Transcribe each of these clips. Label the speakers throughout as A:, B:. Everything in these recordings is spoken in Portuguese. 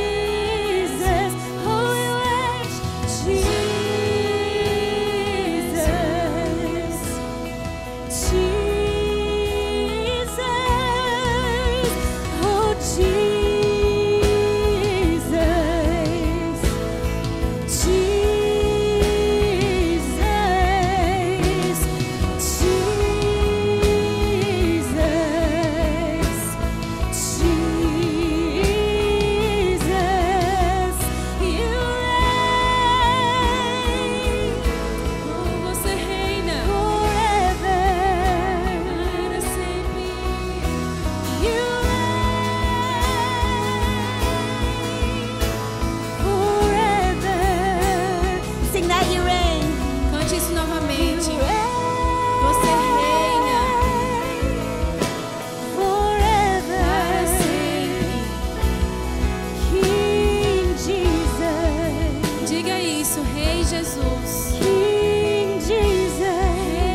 A: Jesus, oh yes, Jesus, Jesus, oh Jesus. Jesus, Jesus, Jesus, you reign. Oh, você reina forever and sempre. You reign forever. Sing that you reign.
B: Cante isso novamente.
A: You reign.
B: Você reina para
A: Forever,
B: sempre.
A: King Jesus,
B: Diga isso, Rei Jesus.
A: King
B: Rei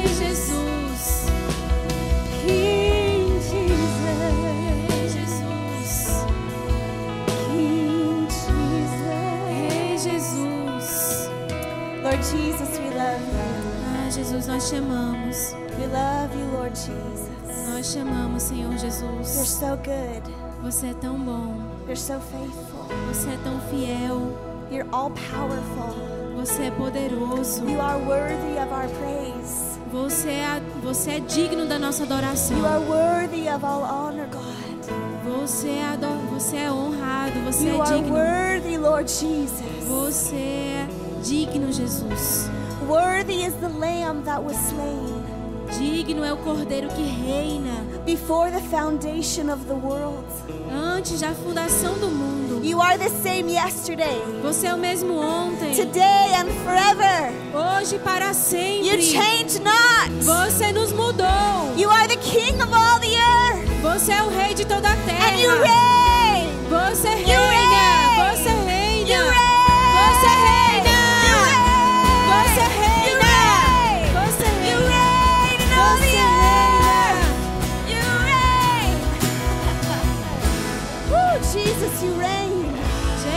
A: Jesus,
B: Jesus.
A: King Jesus,
B: Rei Jesus.
A: King Jesus.
B: Rei Jesus.
A: Lord Jesus, we love
B: Ah, Jesus, nós te amamos.
A: you. We love you, Lord Jesus.
B: Nós te amamos, Senhor
A: You're
B: Jesus.
A: so good.
B: Você é tão bom.
A: You're so faithful.
B: Você é tão fiel.
A: You're all powerful.
B: Você é poderoso.
A: You are worthy of our praise.
B: Você é, você é digno da nossa
A: You
B: adoração.
A: are worthy of all honor, God.
B: Você é, ador... você é honrado. Você
A: You
B: é
A: are
B: digno.
A: worthy, Lord Jesus.
B: Você é digno, Jesus.
A: Worthy is the Lamb that was slain
B: Digno é o Cordeiro que reina
A: before the foundation of the world.
B: antes da fundação do mundo.
A: You are the same yesterday,
B: Você é o mesmo ontem,
A: today, and forever.
B: hoje e para
A: You
B: sempre.
A: change not.
B: Você nos mudou.
A: You are the King of all the earth,
B: Você é o rei de toda a
A: and you
B: terra.
A: reign.
B: Você
A: You
B: reina.
A: reign.
B: Você
A: You
B: reina. Você
A: reign.
B: reina.
A: You reign.
B: Você reina. Você
A: You
B: reina.
A: reign in all the earth. You reign. Woo, Jesus, you reign.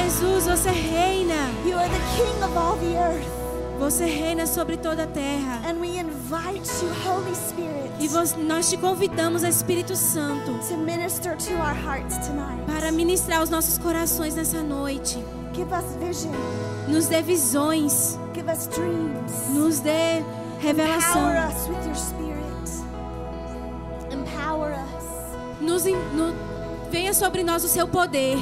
B: Jesus, você reina.
A: You are the King of all the earth.
B: Você reina sobre toda a terra.
A: And we invite you, Holy Spirit,
B: E vo- nós te convidamos, Espírito Santo.
A: to minister to our hearts tonight.
B: para ministrar os nossos corações nessa noite.
A: Give us vision.
B: Nos dê visões,
A: Give us dreams.
B: nos dê revelação,
A: Empower us with your spirit. Empower us.
B: nos, em- no- venha sobre nós o seu poder.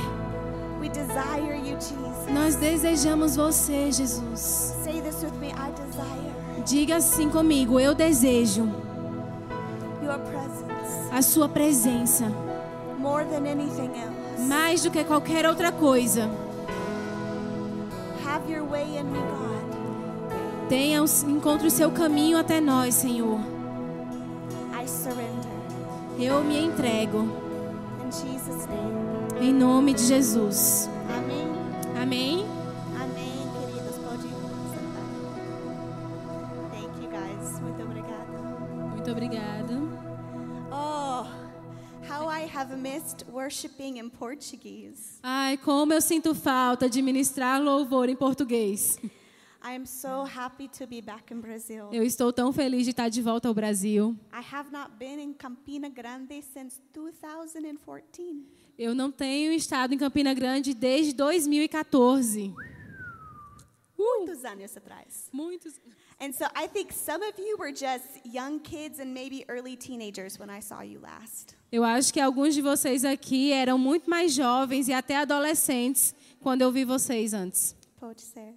A: We desire you, Jesus.
B: Nós desejamos você, Jesus.
A: Say this with me. I desire
B: Diga assim comigo: eu desejo
A: your presence
B: a sua presença
A: more than anything else.
B: mais do que qualquer outra coisa.
A: Have your way in me, God.
B: Tenha, o- encontre o seu caminho até nós, Senhor.
A: I surrender.
B: Eu me entrego
A: In Jesus' name.
B: em nome de Jesus.
A: Amém.
B: Amém.
A: Amém, queridos. Pode sentar. Thank you guys. Muito obrigada.
B: Muito obrigada.
A: Oh, how I have missed worshiping in Portuguese.
B: Ai, como eu sinto falta de ministrar louvor em português.
A: I am so happy to be back in Brazil.
B: Eu estou tão feliz de estar de volta ao Brasil.
A: I have not been in Campina Grande since 2014.
B: Eu não tenho estado em Campina Grande desde 2014. Uh,
A: Muitos anos atrás.
B: muitos.
A: And so I think some of you were just young kids and maybe early teenagers when I saw you last.
B: Eu acho que alguns de vocês aqui eram muito mais jovens e até adolescentes quando eu vi vocês antes.
A: Pode ser.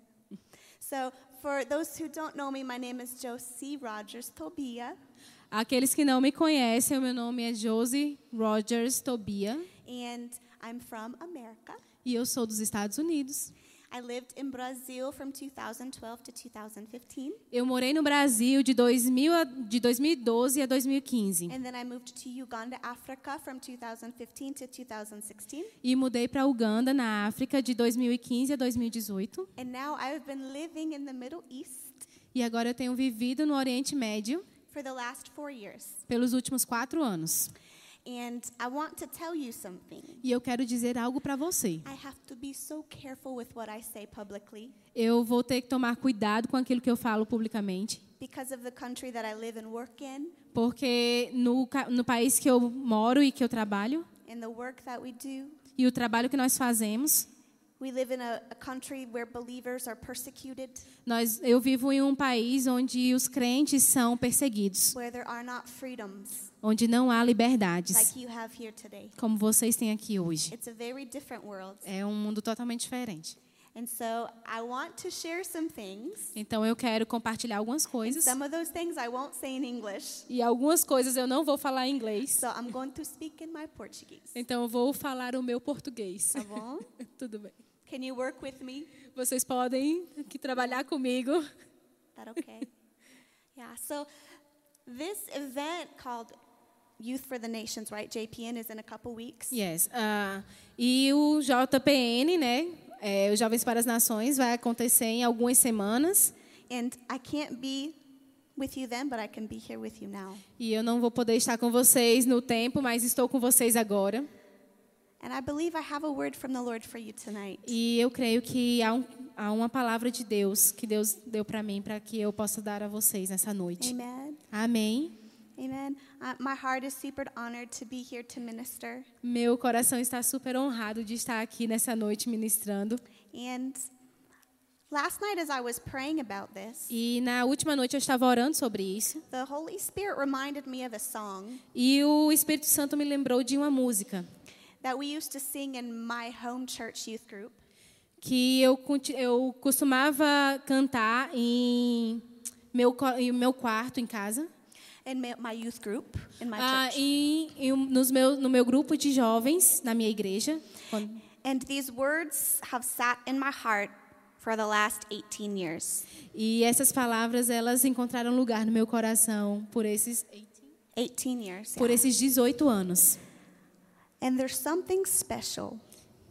A: So, for those who don't know me, my name is Josie Rogers Tobia.
B: Aqueles que não me conhecem, o meu nome é Josie Rogers Tobia
A: and I'm from America.
B: e eu sou dos Estados Unidos.
A: I lived in Brazil from 2012 to 2015,
B: Eu morei no Brasil de, 2000 a, de 2012 a 2015.
A: and then I moved to Uganda, Africa from 2015 to 2016.
B: E mudei para Uganda, na África, de 2015 a 2018.
A: And now I've been living in the Middle East
B: E agora eu tenho vivido no Oriente Médio
A: for the last four years.
B: pelos últimos quatro anos.
A: and I want to tell you something.
B: E eu quero dizer algo para você.
A: I have to be so careful with what I say publicly
B: Eu vou ter que tomar cuidado com aquilo que eu falo publicamente,
A: because of the country that I live and work in
B: porque no, ca- no país que eu moro e que eu trabalho,
A: and the work that we do.
B: e o trabalho que nós fazemos,
A: We live in a, a country where believers are persecuted,
B: nós, eu vivo em um país onde os crentes são perseguidos,
A: where there are not freedoms
B: onde não há liberdades,
A: like you have here today.
B: como vocês têm aqui hoje.
A: It's a very different world.
B: É um mundo totalmente diferente.
A: And so I want to share some things.
B: Então eu quero compartilhar algumas coisas
A: Some of those things I won't say in English.
B: e algumas coisas eu não vou falar em inglês.
A: So I'm going to speak in my Portuguese.
B: Então eu vou falar o meu português.
A: Tá bom?
B: Tudo bem.
A: Can you work with me?
B: Vocês podem aqui trabalhar comigo.
A: That okay? yeah. So this event called Youth for the Nations, right? JPN is in a couple weeks.
B: Yes. ah, e o JPN, né? É, os Jovens para as Nações vai acontecer em algumas semanas
A: And I can't be with you then, but I can be here with you now.
B: e eu não vou poder estar com vocês no tempo, mas estou com vocês agora.
A: And I believe I have a word from the Lord for you tonight.
B: E eu creio que há, um, há uma palavra de Deus que Deus deu para mim para que eu possa dar a vocês nessa noite.
A: Amen.
B: Amém.
A: Amen. Uh, my heart is super honored to be here to minister.
B: Meu coração está super honrado de estar aqui nessa noite ministrando.
A: And last night, as I was praying about this,
B: E na última noite eu estava orando sobre isso
A: the Holy Spirit reminded me of a song
B: e o Espírito Santo me lembrou de uma música
A: that we used to sing in my home church youth group.
B: que eu conti- eu costumava cantar em meu co- em meu quarto em casa,
A: In my, my youth group, in my
B: ah,
A: church.
B: e, e um- nos meu no meu grupo de jovens na minha igreja. quando-
A: And these words have sat in my heart for the last 18 years.
B: e essas palavras elas encontraram lugar no meu coração por esses
A: 18 years.
B: por
A: yeah.
B: esses 18 anos.
A: And there's something special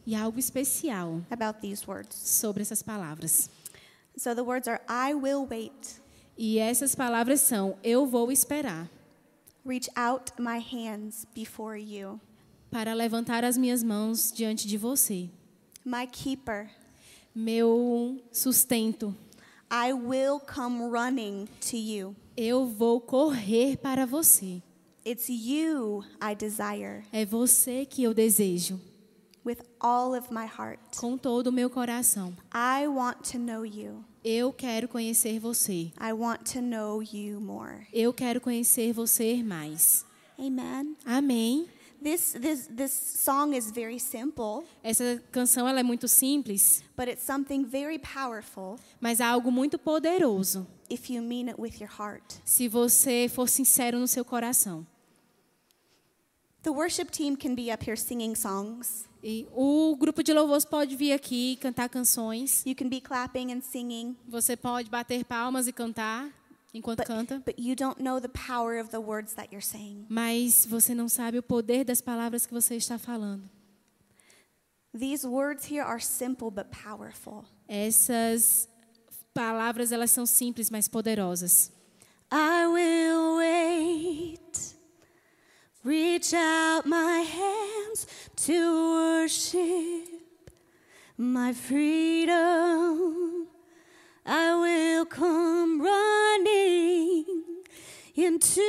B: E algo especial
A: about these words.
B: sobre essas palavras.
A: So the words are I will wait,
B: E essas palavras são: Eu vou esperar
A: reach out my hands before you.
B: para levantar as minhas mãos diante de você,
A: My keeper,
B: meu sustento.
A: I will come running to you.
B: Eu vou correr para você.
A: It's you I desire
B: É você que eu desejo,
A: with all of my heart.
B: com todo o meu coração.
A: I want to know you.
B: Eu quero conhecer você.
A: I want to know you more.
B: Eu quero conhecer você mais.
A: Amen.
B: Amém.
A: This this this song is very simple,
B: Essa canção ela é muito simples,
A: but it's something very powerful
B: mas há algo muito poderoso
A: if you mean it with your heart.
B: se você for sincero no seu coração.
A: The worship team can be up here singing songs.
B: E o grupo de louvores pode vir aqui cantar canções.
A: You can be clapping and singing,
B: Você pode bater palmas e cantar enquanto
A: but
B: canta,
A: but you don't know the power of the words that you're saying.
B: mas você não sabe o poder das palavras que você está falando.
A: These words here are simple but powerful.
B: Essas palavras elas são simples, mas poderosas.
A: I will wait. Reach out my hands to worship my freedom. I will come running into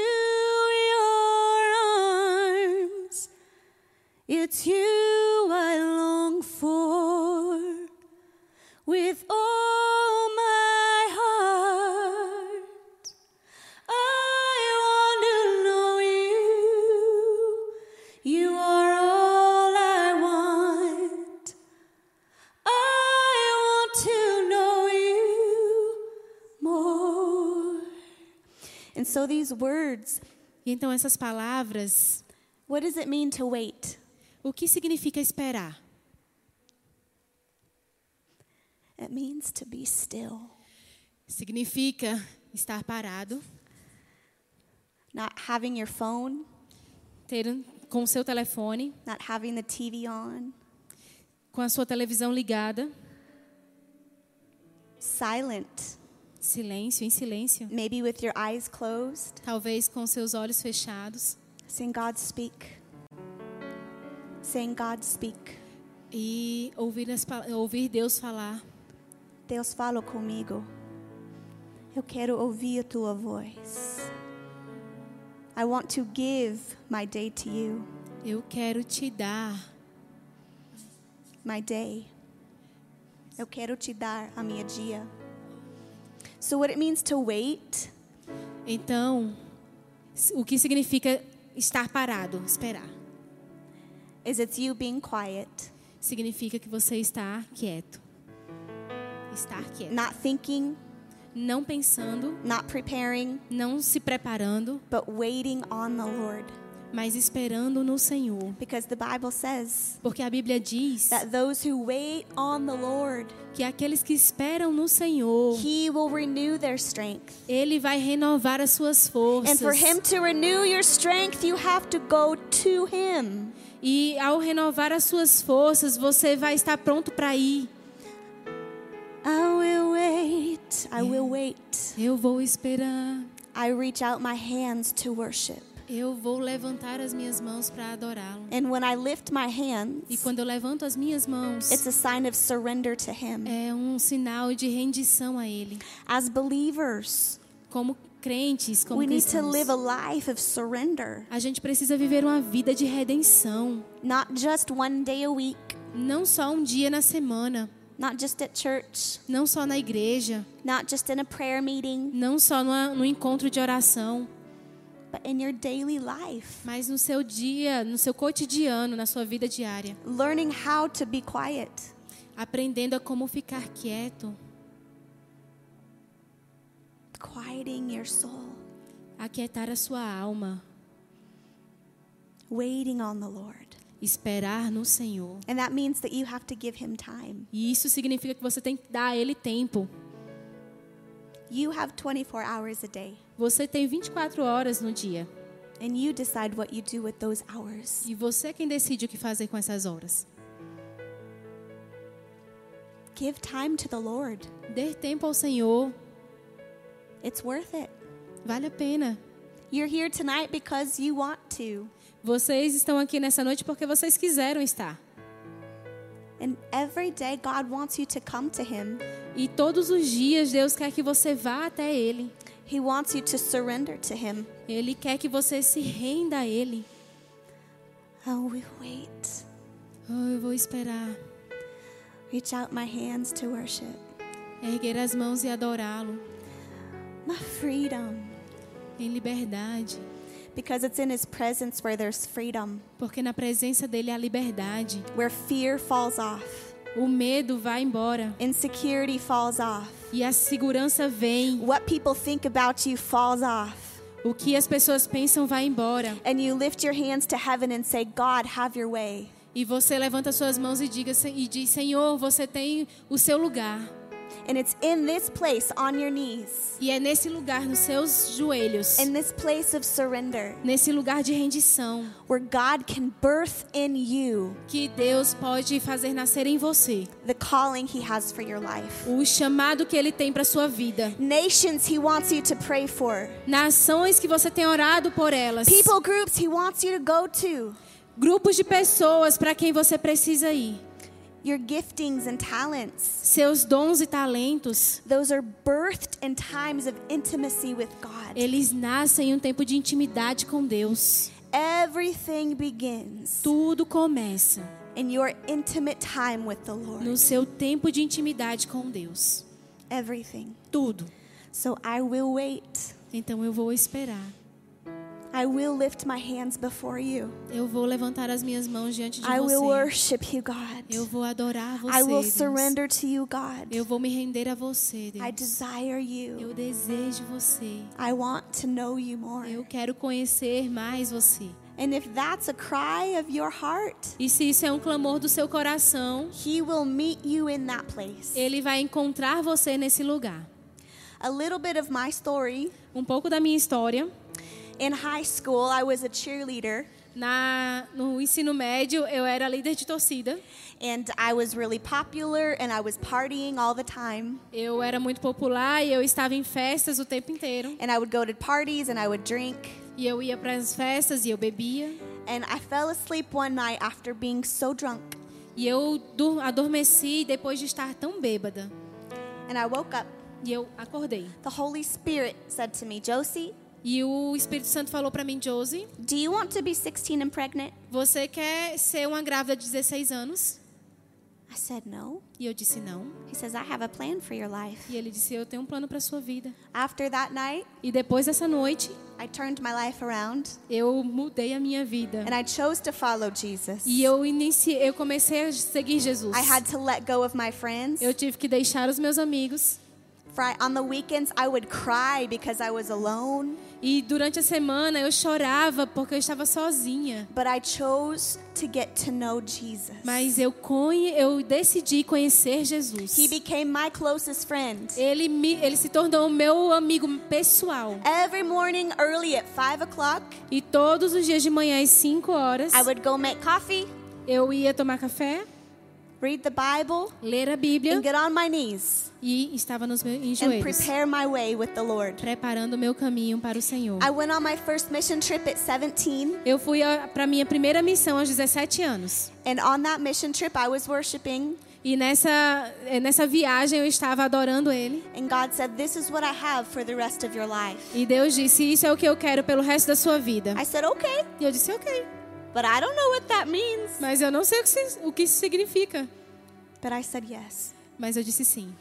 A: your arms. It's you I long for with all my heart. I want to know you. You are all I want. I want to know you more. And so these words,
B: E então essas palavras,
A: what does it mean to wait?
B: o que significa esperar?
A: It means to be still,
B: Significa estar parado,
A: not having your phone,
B: ter um- com o seu telefone,
A: not having the TV on,
B: com a sua televisão ligada,
A: silent,
B: silêncio em silêncio,
A: maybe with your eyes closed.
B: talvez com seus olhos fechados,
A: Seeing God speak. saying, God, speak.
B: e ouvir, as pa- ouvir Deus falar.
A: Deus, fala comigo. Eu quero ouvir a tua voz. I want to give my day to you.
B: Eu quero te dar
A: my day. Eu quero te dar a minha dia. So what it means to wait
B: Então, s- o que significa estar parado, esperar?
A: is it's you being quiet,
B: Significa que você está quieto. Estar quieto.
A: not thinking,
B: Não pensando,
A: not preparing,
B: não se preparando,
A: but waiting on the Lord.
B: mas esperando no Senhor.
A: Because the Bible says
B: Porque a Bíblia diz
A: that those who wait on the Lord,
B: que aqueles que esperam no Senhor,
A: he will renew their strength.
B: Ele vai renovar as suas
A: And
B: forças.
A: for him to renew your strength, you have to go to him.
B: E ao renovar as suas forças, você vai estar pronto para ir.
A: I will wait. I will wait.
B: Eu vou esperar.
A: I reach out my hands to worship.
B: Eu vou levantar as minhas mãos para adorá-lo.
A: And when I lift my
B: E
A: hands,
B: quando eu levanto as minhas mãos,
A: it's a sign of surrender to Him.
B: é um sinal de rendição a Ele.
A: As believers,
B: Como crentes, como
A: we need to
B: cristãos,
A: live a life of surrender,
B: a gente precisa viver uma vida de redenção.
A: not just one day a week,
B: Não só um dia na semana,
A: not just at church,
B: não só na igreja,
A: not just in a prayer meeting,
B: não só numa- no encontro de oração,
A: but in your daily life.
B: mas no seu dia, no seu cotidiano, na sua vida diária.
A: Learning how to be quiet.
B: Aprendendo a como ficar quieto,
A: Quieting your soul,
B: aquietar a sua alma,
A: waiting on the Lord.
B: esperar no Senhor.
A: And that means that you have to give Him time.
B: E isso significa que você tem que dar a Ele tempo.
A: You have 24 hours a day,
B: Você tem 24 horas no dia
A: and you decide what you do with those hours.
B: e você é quem decide o que fazer com essas horas.
A: Give time to the Lord.
B: Dê tempo ao Senhor,
A: It's worth it.
B: vale a pena.
A: You're here tonight because you want to.
B: Vocês estão aqui nessa noite porque vocês quiseram estar.
A: And every day, God wants you to come to Him.
B: E todos os dias Deus quer que você vá até Ele.
A: He wants you to surrender to Him.
B: Ele quer que você se renda a Ele.
A: Oh, we wait.
B: Oh, eu vou esperar,
A: Reach out my hands to worship.
B: erguer as mãos e adorá-lo
A: My freedom.
B: em liberdade,
A: Because it's in His presence where there's freedom,
B: porque na presença dele há liberdade.
A: where fear falls off,
B: O medo vai embora
A: insecurity falls off,
B: e a segurança vem.
A: what people think about you falls off.
B: O que as pessoas pensam vai embora.
A: And you lift your hands to heaven and say, God, have your way.
B: E você levanta suas mãos e, diga, e diz: Senhor, você tem o seu lugar.
A: And it's in this place on your knees.
B: E é nesse lugar, nos seus joelhos,
A: In this place of surrender,
B: nesse lugar de rendição,
A: where God can birth in you
B: que Deus pode fazer nascer em você
A: the calling He has for your life.
B: o chamado que Ele tem para sua vida.
A: Nations He wants you to pray for,
B: Nações que você tem orado por elas.
A: people groups He wants you to go to,
B: Grupos de pessoas para quem você precisa ir.
A: your giftings and talents.
B: Seus dons e talentos,
A: Those are birthed in times of intimacy with God.
B: eles nascem em um tempo de intimidade com Deus.
A: Everything begins
B: Tudo começa
A: in your intimate time with the
B: no
A: Lord.
B: seu tempo de intimidade com Deus.
A: Everything.
B: Tudo.
A: So I will wait.
B: Então eu vou esperar.
A: I will lift my hands before you.
B: Eu vou levantar as minhas mãos diante de
A: I will
B: você.
A: worship you, God.
B: Eu vou adorar você.
A: I will
B: Deus.
A: surrender to you, God.
B: Eu vou me render a você,
A: I
B: Deus.
A: desire you.
B: Eu desejo você.
A: I want to know you more.
B: Eu quero conhecer mais você.
A: And if that's a cry of your heart,
B: E se isso é um clamor do seu coração,
A: He will meet you in that place.
B: ele vai encontrar você nesse lugar.
A: A little bit of my story.
B: Um pouco da minha história.
A: In high school, I was a cheerleader
B: Na, no ensino médio, eu era líder de torcida.
A: and I was really popular and I was partying all the time.
B: Eu era muito popular e eu estava em festas o tempo inteiro.
A: And I would go to parties and I would drink.
B: E eu ia para as festas e eu bebia.
C: And I fell asleep one night after being so drunk.
B: E eu dur- adormeci depois de estar tão bêbada.
C: And I woke up.
B: E eu acordei.
C: The Holy Spirit said to me, Josie,
B: E o Espírito Santo falou para mim, Josie,
C: do you want to be 16 and pregnant?
B: você quer ser uma grávida de 16 anos?
C: I said, no.
B: E eu disse não.
C: He says, I have a plan for your life.
B: E ele disse, eu tenho um plano para sua vida.
C: After that night,
B: E depois dessa noite,
C: I turned my life around
B: eu mudei a minha vida.
C: and I chose to follow Jesus.
B: E eu iniciei, eu comecei a seguir Jesus.
C: I had to let go of my friends.
B: Eu tive que deixar os meus amigos.
C: Fri- On the weekends, I would cry because I was alone,
B: E durante a semana eu chorava porque eu estava sozinha.
C: but I chose to get to know Jesus.
B: Mas eu, conhe... eu decidi conhecer Jesus.
C: He became my closest friend.
B: Ele, me... Ele se tornou o meu amigo pessoal.
C: Every morning, early at 5 o'clock,
B: E todos os dias de manhã às 5 horas
C: I would go make coffee,
B: eu ia tomar café,
C: read the Bible,
B: ler a
C: and
B: Bíblia
C: get on my knees
B: e estava nos meus em
C: and
B: joelhos,
C: prepare my way with the Lord.
B: preparando o meu caminho para o Senhor.
C: I went on my first mission trip at 17,
B: Eu fui para minha primeira missão aos 17 anos.
C: and on that mission trip, I was worshiping,
B: E nessa, eh, nessa viagem eu estava adorando Ele.
C: and God said, This is what I have for the rest of your life.
B: E Deus disse: Isso é o que eu quero pelo resto da sua vida.
C: I said, Okay,
B: E eu disse: Ok.
C: but I don't know what that means.
B: Mas eu não sei o que isso- o que isso significa.
C: But I said, Yes.
B: Mas eu disse sim.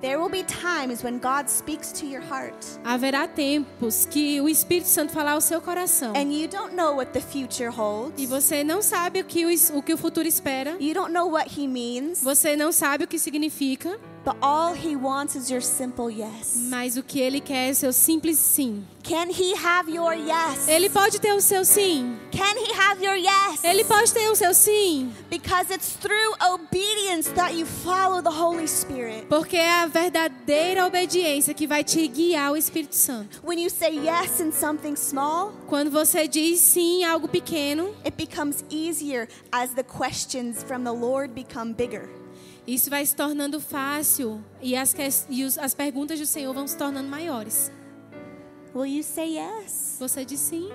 C: There will be times when God speaks to your heart,
B: Haverá tempos que o Espírito Santo falar ao seu coração.
C: and you don't know what the future holds.
B: E você não sabe o que o, es- o que o futuro espera.
C: You don't know what He means,
B: Você não sabe o que significa.
C: but all He wants is your simple yes.
B: Mas o que ele quer é o seu simples sim.
C: Can He have your yes?
B: Ele pode ter o seu sim.
C: Can He have your yes?
B: Ele pode ter o seu sim.
C: Because it's through obedience that you follow the Holy Spirit.
B: Porque é a verdadeira obediência que vai te guiar o Espírito Santo.
C: When you say yes in something small,
B: Quando você diz sim a algo pequeno,
C: it becomes easier as the questions from the Lord become bigger.
B: isso vai se tornando fácil e as, ques- e os- as perguntas do Senhor vão se tornando maiores.
C: Will you say yes?
B: Você diz sim.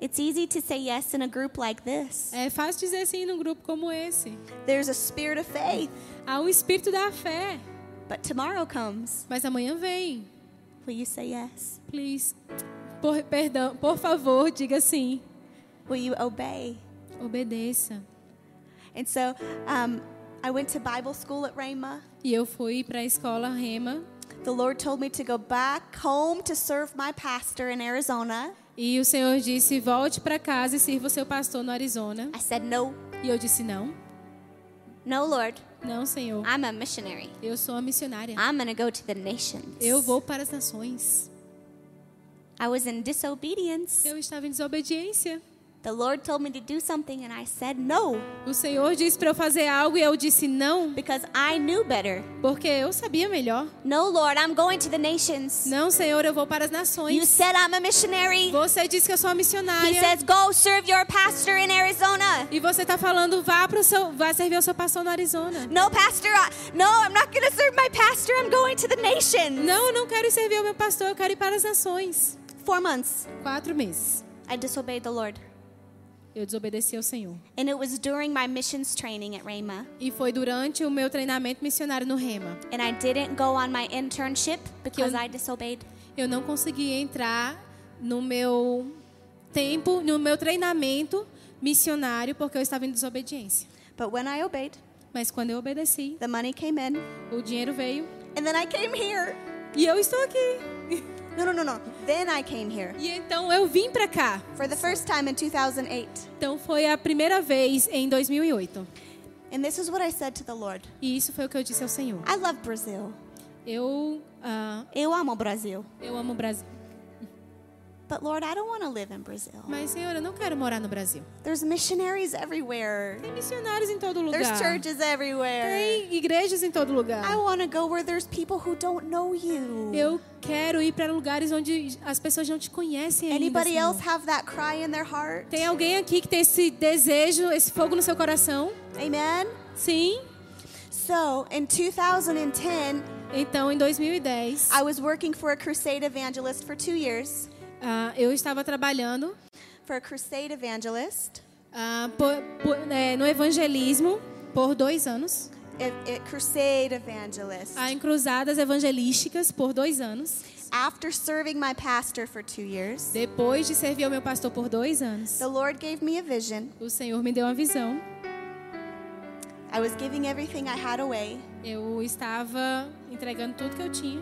C: It's easy to say yes in a group like this.
B: É fácil dizer sim num grupo como esse.
C: There's a spirit of faith,
B: Há um espírito da fé,
C: but tomorrow comes.
B: mas amanhã vem.
C: Will you say yes?
B: Please. Por, perdão, por favor, diga sim.
C: Will you obey?
B: Obedeça.
C: And so um, I went to Bible school at Rhema.
B: E eu fui para a escola Rema
C: The Lord told me to go back home to serve my pastor in Arizona.
B: e o Senhor disse: "Volte para casa e sirva o seu pastor no Arizona".
C: I said, No,
B: E eu disse: "Não.
C: no, Lord.
B: Não, Senhor.
C: I'm a missionary.
B: Eu sou a missionária.
C: I'm going to go to the nations.
B: Eu vou para as nações".
C: I was in disobedience.
B: Eu estava em desobediência.
C: The Lord told me to do something, and I said no
B: O Senhor disse para eu fazer algo e eu disse não,
C: because I knew better.
B: porque eu sabia melhor.
C: No, Lord, I'm going to the nations.
B: Não, Senhor, eu vou para as
C: You
B: nações.
C: said I'm a missionary.
B: Você disse que eu sou uma
C: He
B: missionária.
C: says, Go serve your pastor in Arizona.
B: E você está falando, vá para o seu, vá servir o seu pastor no Arizona.
C: No, Pastor, I, no, I'm not going to serve my pastor. I'm going to the nations.
B: Não, eu não quero ir servir o meu pastor, eu quero ir para as nações.
C: Four months,
B: Quatro meses.
C: I disobeyed the Lord.
B: Eu desobedeci ao Senhor.
C: And it was during my missions training at Rhema.
B: E foi durante o meu treinamento missionário no Rema.
C: And I didn't go on my internship because I disobeyed.
B: Eu não consegui entrar no meu tempo, no meu treinamento missionário, porque eu estava em desobediência.
C: But when I obeyed,
B: Mas quando eu obedeci,
C: the money came in.
B: o dinheiro veio
C: And then I came here.
B: e eu estou aqui.
C: No, no, no, no. Then I came here.
B: E então eu vim para cá.
C: For the first time in 2008.
B: Então foi a primeira vez em 2008.
C: And this is what I said to the Lord
B: E isso foi o que eu disse ao Senhor.
C: I love Brazil.
B: Eu, ah,
C: Eu amo Brasil.
B: eu amo o Brasil.
C: But Lord, I don't want to live in Brazil.
B: Mas, Senhor, eu não quero morar no Brasil.
C: There's missionaries everywhere,
B: Tem missionários em todo lugar.
C: there's churches everywhere.
B: Tem igrejas em todo lugar.
C: I want to go where there's people who don't know you.
B: Eu quero ir para lugares onde as pessoas não te conhecem ainda.
C: Anybody
B: Senhor.
C: else have that cry in their heart?
B: Tem alguém aqui que tem esse desejo, esse fogo no seu coração?
C: Amen.
B: Sim.
C: So, in 2010,
B: Então, em 2010,
C: I was working for a crusade evangelist for two years.
B: ah, eu estava trabalhando
A: for a crusade evangelist.
B: ah, por- por- é, no evangelismo por dois anos.
A: A, a eh, crusade evangelist.
B: Ah, em cruzadas evangelísticas por dois anos.
A: After serving my pastor for two years,
B: Depois de servir ao meu pastor por dois anos,
A: the Lord gave me a vision.
B: o Senhor me deu uma visão.
A: I was giving everything I had away
B: Eu estava entregando tudo que eu tinha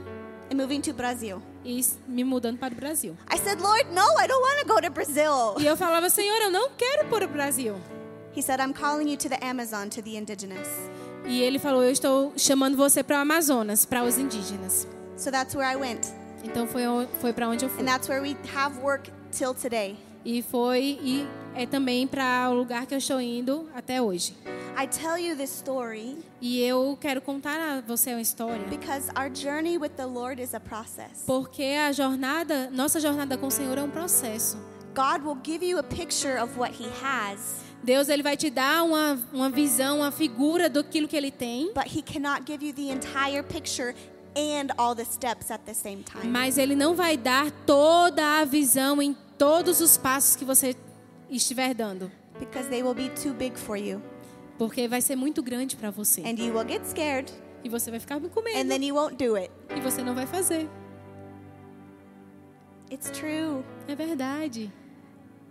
A: and moving to Brazil.
B: e s- me mudando para o Brasil.
A: I said, Lord, no, I don't want to go to Brazil.
B: E eu falava, Senhor, eu não quero ir para o Brasil.
A: He said, I'm calling you to the Amazon, to the indigenous.
B: E ele falou, eu estou chamando você para o Amazonas, para os indígenas.
A: So that's where I went.
B: Então foi, o- foi para onde eu fui.
A: And that's where we have work till today.
B: E foi e é também para o lugar que eu estou indo até hoje.
A: I tell you this story
B: E eu quero contar a você uma história,
A: because our journey with the Lord is a process.
B: porque a jornada, nossa jornada com o Senhor é um processo.
A: God will give you a picture of what He has,
B: Deus ele vai te dar uma, uma visão, uma figura daquilo que ele tem,
A: but He cannot give you the entire picture and all the steps at the same time.
B: mas ele não vai dar toda a visão em todos os passos que você estiver dando,
A: Because they will be too big for you.
B: porque vai ser muito grande para você
A: And you will get scared,
B: e você vai ficar com
A: and
B: medo
A: then you won't do it.
B: e você não vai fazer.
A: It's true.
B: É verdade.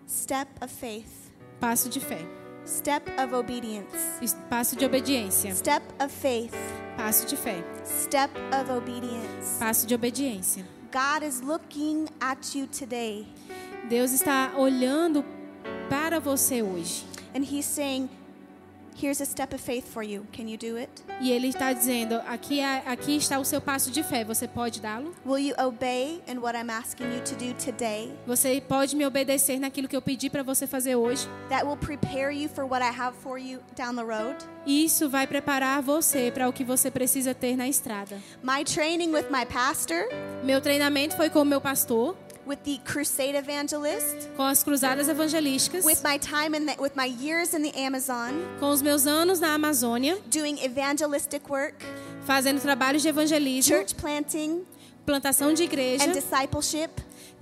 A: Step of faith,
B: Passo de fé,
A: step of obedience,
B: Es- passo de obediência,
A: step of faith,
B: passo de fé,
A: step of obedience.
B: passo de obediência.
A: God is looking at you today,
B: Deus está olhando para você hoje
A: and He's saying, Here's a step of faith for you. Can you do it?
B: e ele está dizendo: aqui, é- aqui está o seu passo de fé. Você pode dá-lo?
A: Will you obey in what I'm asking you to do today?
B: Você pode me obedecer naquilo que eu pedi para você fazer hoje?
A: That will prepare you for what I have for you down the road.
B: Isso vai preparar você para o que você precisa ter na estrada.
A: My training with my pastor,
B: Meu treinamento foi com o meu pastor,
A: with the crusade evangelist,
B: com as cruzadas evangelísticas,
A: with my time in the, with my years in the Amazon,
B: com os meus anos na Amazônia,
A: doing evangelistic work,
B: fazendo trabalhos de evangelismo,
A: church planting,
B: plantação de igreja,
A: and discipleship.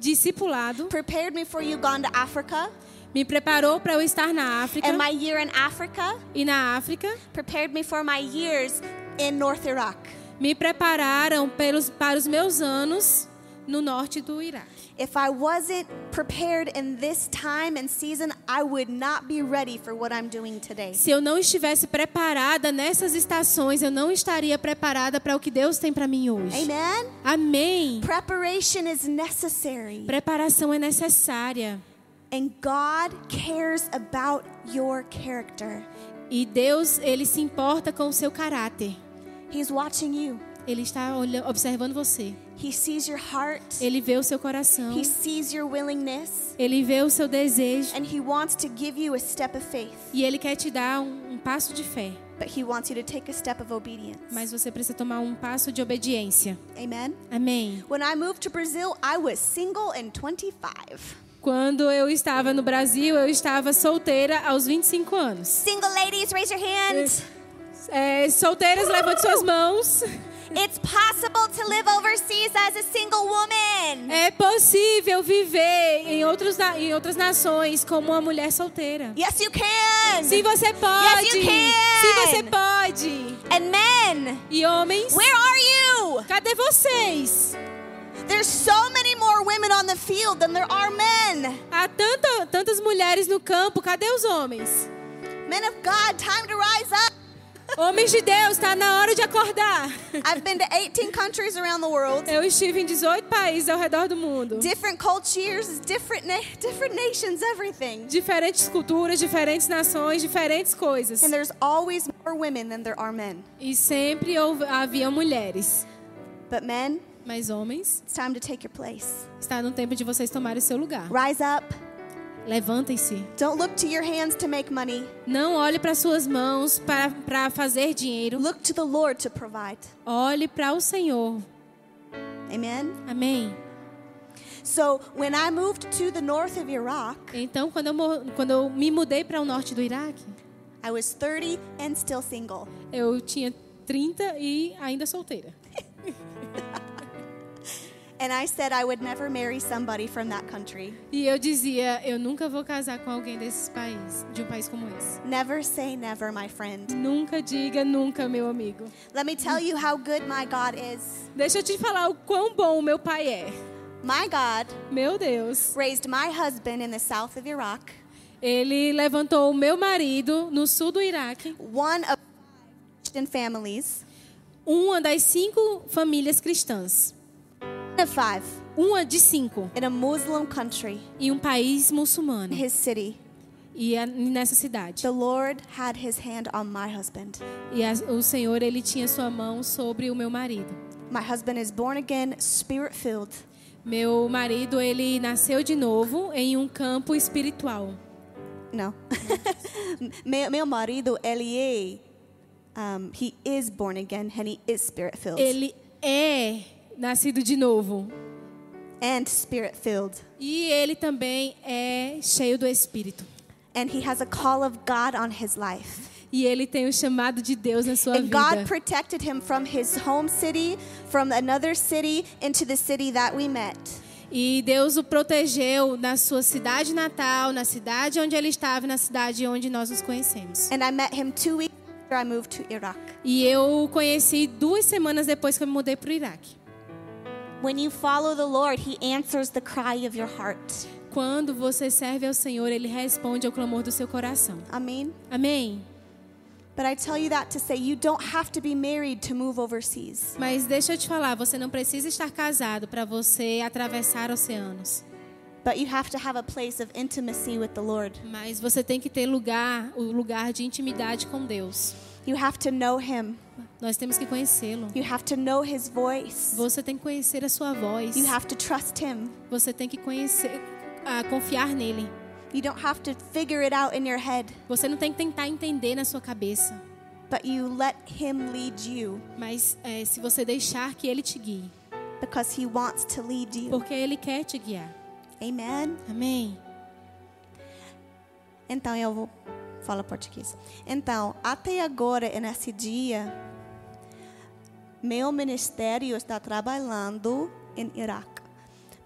B: discipulado,
A: Prepared me for you gone to Africa,
B: me preparou para eu estar na África
A: and my year in Africa
B: e na África
A: prepared me for my years in North Iraq.
B: me prepararam pelos, para os meus anos no norte do Iraque.
A: If I wasn't prepared in this time and season, I would not be ready for what I'm doing today.
B: Se eu não estivesse preparada nessas estações, eu não estaria preparada para o que Deus tem para mim hoje.
A: Amen.
B: Amém.
A: Preparation is necessary,
B: Preparação é necessária
A: and God cares about your character.
B: e Deus ele se importa com o seu caráter.
A: He's watching you.
B: Ele está olha- observando você.
A: He sees your heart.
B: Ele vê o seu coração.
A: He sees your willingness,
B: Ele vê o seu desejo
A: and he wants to give you a step of faith,
B: e ele quer te dar um, um passo de fé,
A: but he wants you to take a step of obedience.
B: mas você precisa tomar um passo de obediência.
A: Amen.
B: Amém.
A: When I moved to Brazil, I was single and 25.
B: Quando eu estava no Brasil, eu estava solteira aos 25 anos.
A: Single ladies, raise your hand.
B: É, solteiras, levante suas mãos.
A: It's possible to live overseas as a single woman.
B: É possível viver em, outros, na- em outras nações como uma mulher solteira.
A: Yes, you can.
B: Sim, você pode.
A: Yes, you can.
B: Sim, você pode.
A: And men,
B: E homens,
A: where are you?
B: cadê vocês?
A: There's so many more women on the field than there are men.
B: Há tanta, tantas mulheres no campo, cadê os homens?
A: Men of God, time to rise up.
B: Homens de Deus, tá na hora de acordar.
A: I've been to 18 countries around the world.
B: Eu estive em 18 países ao redor do mundo.
A: Different cultures, different na- different nations, everything.
B: Diferentes culturas, diferentes nações, diferentes coisas.
A: And there's always more women than there are men.
B: E sempre houve- havia mulheres.
A: But men,
B: Mas homens,
A: it's time to take your place.
B: está no tempo de vocês tomarem o seu lugar.
A: Rise up.
B: Levantem-se.
A: Don't look to your hands to make money.
B: Não olhe para suas mãos para para fazer dinheiro.
A: Look to the Lord to provide.
B: Olhe para o Senhor.
A: Amen.
B: Amém.
A: So when I moved to the north of Iraq,
B: Então, quando eu, mor- quando eu me mudei para o norte do Iraque,
A: I was 30 and still single.
B: eu tinha 30 e ainda solteira.
A: And I said I would never marry somebody from that country.
B: E eu dizia, eu nunca vou casar com alguém desses países, de um país como esse.
A: Never say never, my friend.
B: Nunca diga nunca, meu amigo.
A: Let me tell you how good my God is.
B: Deixa eu te falar o quão bom o meu pai é.
A: My God
B: Meu Deus.
A: raised my husband in the south of Iraq,
B: Ele levantou o meu marido no sul do Iraque,
A: one of Christian families,
B: uma das cinco famílias cristãs.
A: one of five,
B: Uma de cinco.
A: in a Muslim country,
B: Em um país muçulmano.
A: in his city.
B: E é nessa cidade.
A: The Lord had his hand on my husband.
B: E a- o Senhor, ele tinha sua mão sobre o meu marido.
A: My husband is born again, spirit filled.
B: Meu marido, ele nasceu de novo em um campo espiritual.
A: No. meu, meu marido, ele é. Um, he is born again and he is spirit filled.
B: Ele é nascido de novo.
A: and spirit filled.
B: E ele também é cheio do Espírito.
A: And he has a call of God on his life.
B: E ele tem o chamado de Deus na sua
A: and
B: vida.
A: God protected him from his home city, from another city, into the city that we met.
B: E Deus o protegeu na sua cidade natal, na cidade onde ele estava, e na cidade onde nós nos conhecemos.
A: And I met him two weeks after I moved to Iraq.
B: E eu o conheci duas semanas depois que eu me mudei para o Iraque.
A: When you follow the Lord, he answers the cry of your heart.
B: Quando você serve ao Senhor, ele responde ao clamor do seu coração.
A: Amen.
B: Amém?
A: But I tell you that to say you don't have to be married to move overseas.
B: Mas deixa eu te falar, você não precisa estar casado para você atravessar oceanos.
A: But you have to have a place of intimacy with the Lord.
B: Mas você tem que ter lugar, o lugar de intimidade com Deus.
A: You have to know Him.
B: Nós temos que conhecê-lo.
A: You have to know His voice.
B: Você tem que conhecer a sua voz.
A: You have to trust Him.
B: Você tem que conhecer, ah, confiar nele.
A: You don't have to figure it out in your head,
B: Você não tem que tentar entender na sua cabeça,
A: but you let Him lead you
B: mas eh, se você deixar que ele te guie,
A: because He wants to lead you.
B: porque ele quer te guiar.
A: Amen.
B: Amém.
A: Então eu vou falar português. Então, até agora, nesse dia, meu ministério está trabalhando em Iraque.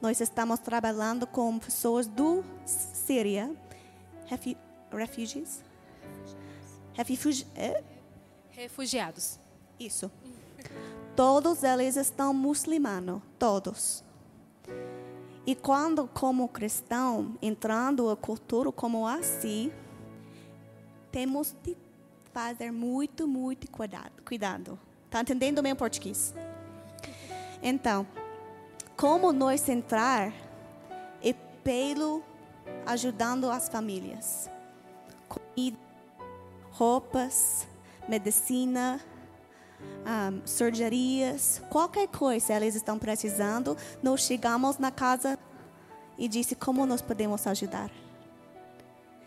A: Nós estamos trabalhando com pessoas do Síria, refu refugees, refugi é?
B: Refugiados.
A: isso. Todos eles estão muçulmanos, todos. E quando, como cristão, entrando a cultura como assim, temos de fazer muito, muito cuidado. cuidado. Tá entendendo meu português? Então, como nós entrar é pelo ajudando as famílias. Comida, roupas, medicina, um, surgerias, qualquer coisa eles estão precisando, nós chegamos na casa e disse como nós podemos ajudar.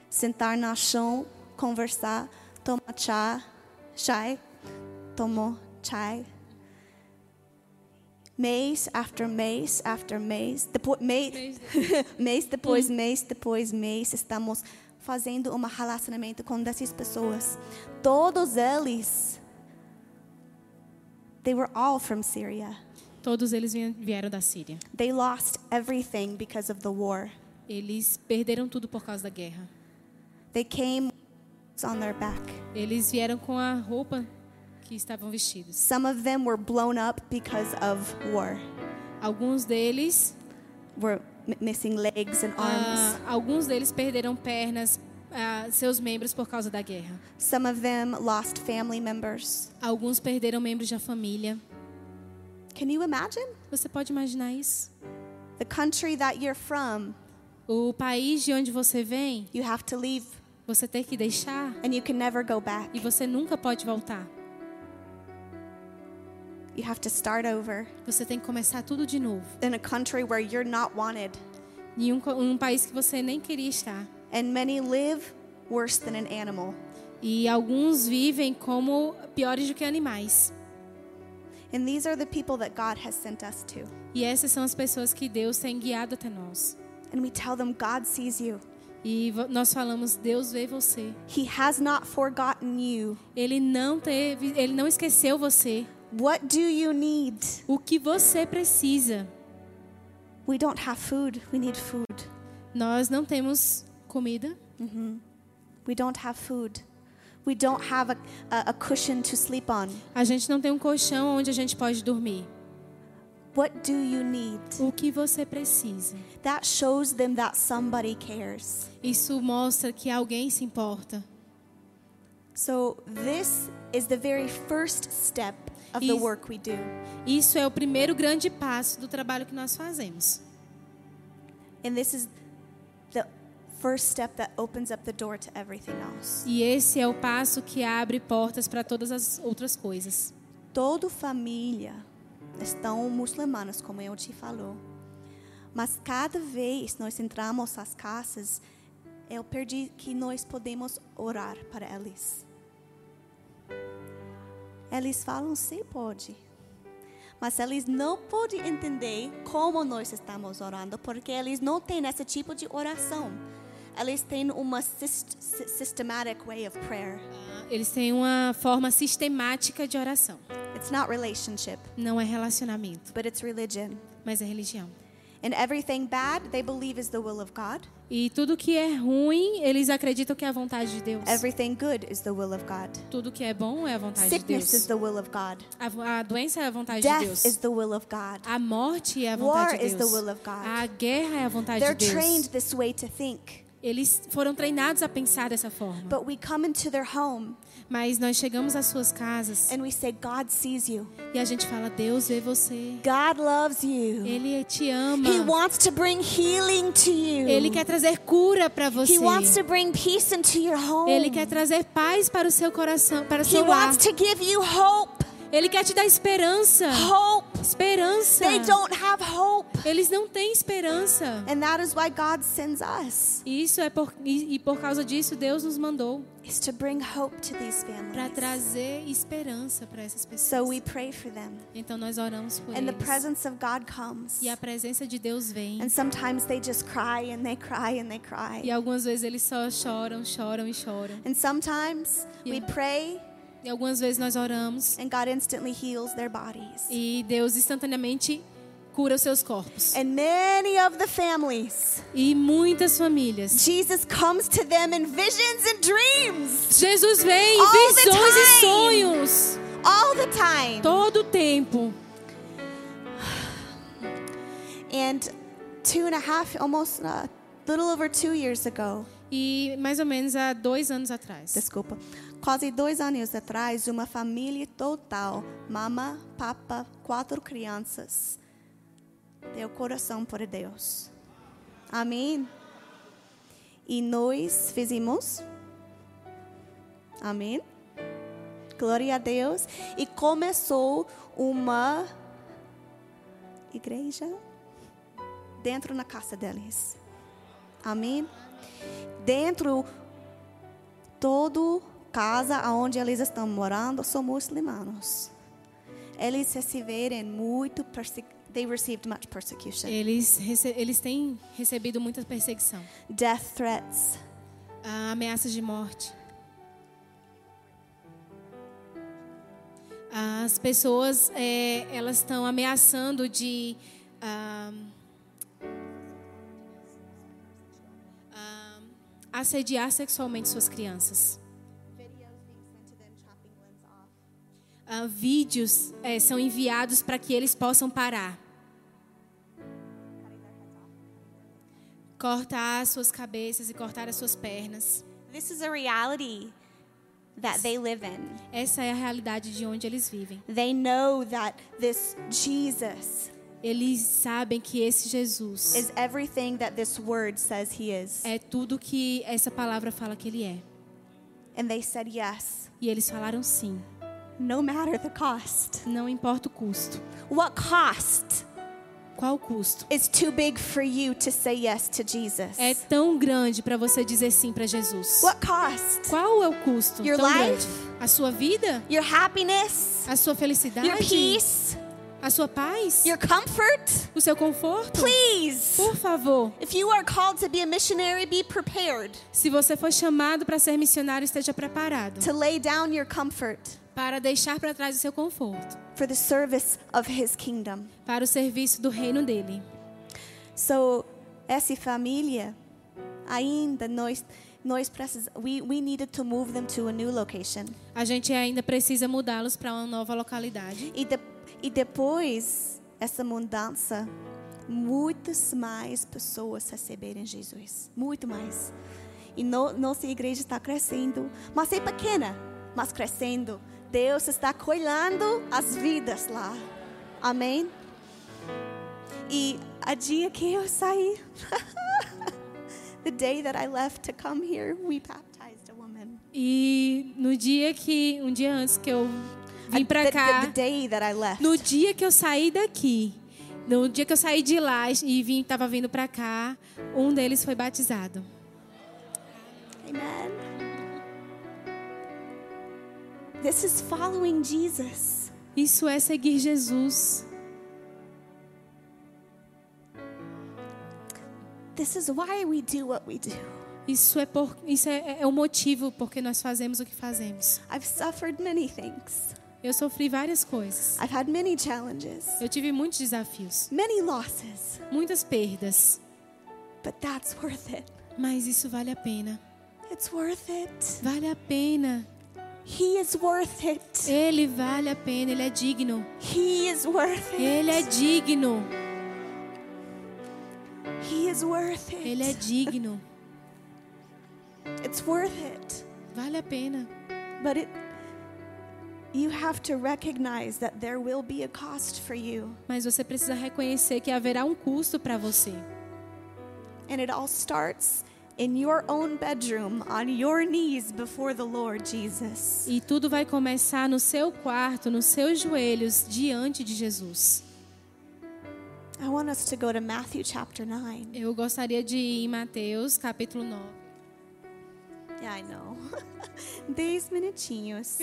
A: Sentar no chão, conversar, tomar chá, chai, tomou chai. Mês after mês after mês, depois mês, mês depois Hum. mês depois mês, estamos fazendo um relacionamento com dessas pessoas. Todos eles they were all from Syria.
B: Todos eles vien- vieram da Síria.
A: They lost everything because of the war.
B: Eles perderam tudo por causa da guerra.
A: They came on their back.
B: Eles vieram com a roupa que estavam vestidos.
A: Some of them were blown up because of war,
B: Alguns deles,
A: were m- missing legs and arms.
B: ah, alguns deles perderam pernas, ah, seus membros por causa da guerra.
A: Some of them lost family members.
B: Alguns perderam membros da família.
A: Can you imagine?
B: Você pode imaginar isso?
A: The country that you're from,
B: O país de onde você vem,
A: you have to leave
B: você tem que deixar
A: and you can never go back.
B: e você nunca pode voltar.
A: You have to start over
B: Você tem que começar tudo de novo.
A: in a country where you're not wanted.
B: Em um, co- um país que você nem queria estar.
A: And many live worse than an animal.
B: E alguns vivem como piores do que animais.
A: And these are the people that God has sent us to.
B: E essas são as pessoas que Deus tem guiado até nós.
A: And we tell them, God sees you.
B: E vo- nós falamos, Deus vê você.
A: He has not forgotten you.
B: Ele não teve, ele não esqueceu você.
A: What do you need?
B: O que você precisa?
A: We don't have food. We need food.
B: Nós não temos comida,
A: We don't have food. We don't have a, a, a cushion to sleep on.
B: a gente não tem um colchão onde a gente pode dormir.
A: What do you need?
B: O que você precisa?
A: That shows them that somebody cares.
B: Isso mostra que alguém se importa.
A: So, this is the very first step of the
B: Is-
A: work we do.
B: Isso é o primeiro grande passo do trabalho que nós fazemos.
A: And this is the first step that opens up the door to everything else.
B: E esse é o passo que abre portas para todas as outras coisas.
A: Toda família estão muçulmanas, como eu te falou. Mas cada vez nós entramos às casas, eu perdi que nós podemos orar para eles. Eles falam sim, pode. Mas eles não podem entender como nós estamos orando, porque eles não têm esse tipo de oração. Eles têm uma syst- sy- systematic way of prayer.
B: Ah, Eles têm uma forma sistemática de oração.
A: It's not relationship,
B: Não é relacionamento,
A: but it's religion.
B: mas é religião.
A: And everything bad they believe is the will of God.
B: E tudo que é ruim, eles acreditam que é a vontade de Deus.
A: Everything good is the will of God.
B: Tudo que é bom é a vontade de
A: Sickness is
B: Deus.
A: the will of God.
B: A, vo- a doença é a vontade de
A: Death is
B: Deus.
A: the will of God.
B: A morte é a
A: War
B: vontade de
A: is the
B: Deus.
A: will of God.
B: A guerra é a vontade
A: They're
B: de
A: trained
B: Deus.
A: this way to think.
B: Eles foram treinados a pensar dessa forma.
A: But we come into their home
B: Mas nós chegamos às suas casas
A: and we say, God sees you.
B: e a gente fala: Deus vê você.
A: God loves you.
B: Ele te ama.
A: He wants to bring healing to
B: Ele
A: you.
B: quer trazer cura para você.
A: He wants to bring peace into your home.
B: Ele quer trazer paz para o seu coração, para o
A: He
B: seu lar.
A: wants to give you hope.
B: Ele quer te dar esperança.
A: Hope.
B: Esperança.
A: They don't have hope.
B: Eles não têm esperança.
A: And that is why God sends us.
B: E isso é por, e, e por causa disso Deus nos mandou
A: is to bring hope to these
B: para
A: families.
B: trazer esperança para essas pessoas.
A: So we pray for them.
B: Então nós oramos por
A: And the
B: eles.
A: presence of God comes.
B: E a presença de Deus vem.
A: And sometimes they just cry and they cry and they
B: E
A: cry.
B: algumas vezes eles só choram, choram e choram.
A: And sometimes we
B: Yeah.
A: pray
B: E algumas vezes nós oramos
A: and God instantly heals their bodies.
B: e Deus instantaneamente cura os seus corpos.
A: And many of the families,
B: E muitas famílias.
A: Jesus comes to them in visions and dreams
B: Jesus vem em
A: All the
B: visões
A: time.
B: e sonhos
A: all the time.
B: todo o tempo.
A: And two and a half, almost a little over two years ago,
B: E mais ou menos há dois anos atrás.
A: Desculpa. Quase dois anos atrás, uma família total, mama, papa, quatro crianças, deu coração por Deus. Amém? E nós fizemos. Amém? Glória a Deus. E começou uma igreja dentro na casa deles. Amém? Dentro todo casa onde eles estão morando são muçulmanos. Eles receberam muito perse- they received much persecution,
B: Eles, rece- eles têm recebido muita perseguição,
A: death threats,
B: ah, ameaças de morte. As pessoas eh, elas estão ameaçando de ah, ah, assediar sexualmente suas crianças. Ah, vídeos eh, são enviados para que eles possam parar. Cortar as suas cabeças e cortar as suas pernas.
A: This is a reality that they live in.
B: Essa é a realidade de onde eles vivem.
A: They know that this Jesus
B: Eles sabem que esse Jesus
A: is everything that this word says he is.
B: é tudo que essa palavra fala que ele é.
A: And they said yes,
B: E eles falaram sim,
A: no matter the cost.
B: não importa o custo.
A: What cost
B: Qual o custo?
A: is too big for you to say yes to Jesus?
B: É tão grande para você dizer sim para Jesus.
A: What cost?
B: Qual é o custo?
A: Your
B: tão
A: life?
B: grande? A sua vida?
A: Your happiness?
B: A sua felicidade?
A: your peace,
B: A sua paz?
A: your comfort.
B: O seu conforto?
A: Please,
B: Por favor,
A: if you are called to be a missionary, be prepared
B: se você for chamado para ser missionário, esteja preparado
A: to lay down your comfort
B: para deixar para trás o seu conforto
A: for the service of His kingdom.
B: para o serviço do reino dele.
A: So, essa família ainda nós nós precisamos we we needed to move them to a new location.
B: A gente ainda precisa mudá-los para uma nova localidade.
A: E de, e depois essa mudança muitas mais pessoas receberem Jesus, muito mais. E no, nossa igreja está crescendo, mas é pequena, mas crescendo. Deus está colhendo as vidas lá. Amém. E a dia que eu saí, the day that I left to come here, we baptized a woman.
B: E no dia que um dia antes que eu vim
A: And
B: para
A: the-
B: cá,
A: the, the day that I left.
B: no dia que eu saí daqui, no dia que eu saí de lá e vim tava vindo para cá, um deles foi batizado.
A: Amen. This is following Jesus.
B: Isso é seguir Jesus.
A: This is why we do what we do.
B: Isso é por isso é, é o motivo porque nós fazemos o que fazemos.
A: I've suffered many things.
B: Eu sofri várias coisas.
A: I've had many challenges,
B: Eu tive muitos desafios,
A: many losses,
B: muitas perdas,
A: but that's worth it.
B: mas isso vale a pena.
A: It's worth it.
B: Vale a pena.
A: He is worth it.
B: Ele vale a pena, ele é digno.
A: He is worth it.
B: Ele é digno.
A: He is worth it.
B: Ele é digno.
A: It's worth it.
B: Vale a pena.
A: But it you have to recognize that there will be a cost for you.
B: Mas você precisa reconhecer que haverá um custo para você.
A: And it all starts in your own bedroom on your knees before the Lord Jesus.
B: E tudo vai começar no seu quarto, nos seus joelhos, diante de Jesus.
A: I want us to go to Matthew chapter 9.
B: Eu gostaria de ir em Mateus, capítulo 9.
A: Yeah, I know. 10 minutinhos.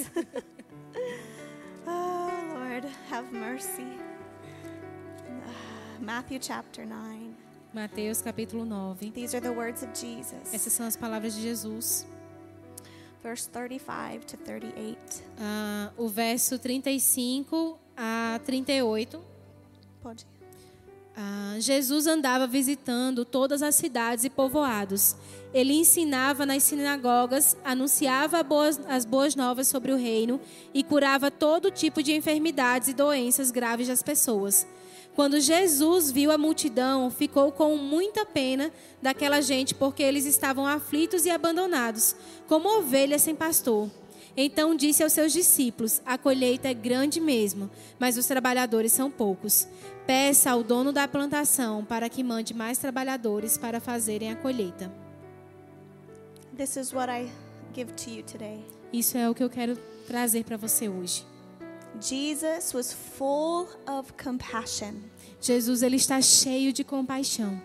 A: oh, Lord, have mercy. Ah, Matthew chapter 9.
B: Mateus, capítulo 9.
A: These are the words of Jesus.
B: Essas são as palavras de Jesus.
A: Verse 35 to 38.
B: Ah, o verso 35 a 38.
A: Pode.
B: Ah, Jesus andava visitando todas as cidades e povoados. Ele ensinava nas sinagogas, anunciava boas- as boas novas sobre o reino e curava todo tipo de enfermidades e doenças graves das pessoas. Quando Jesus viu a multidão, ficou com muita pena daquela gente, porque eles estavam aflitos e abandonados, como ovelhas sem pastor. Então disse aos seus discípulos: A colheita é grande mesmo, mas os trabalhadores são poucos. Peça ao dono da plantação para que mande mais trabalhadores para fazerem a colheita.
A: This is what I give to you today.
B: Isso é o que eu quero trazer para você hoje.
A: Jesus was full of compassion.
B: Jesus ele está cheio de compaixão.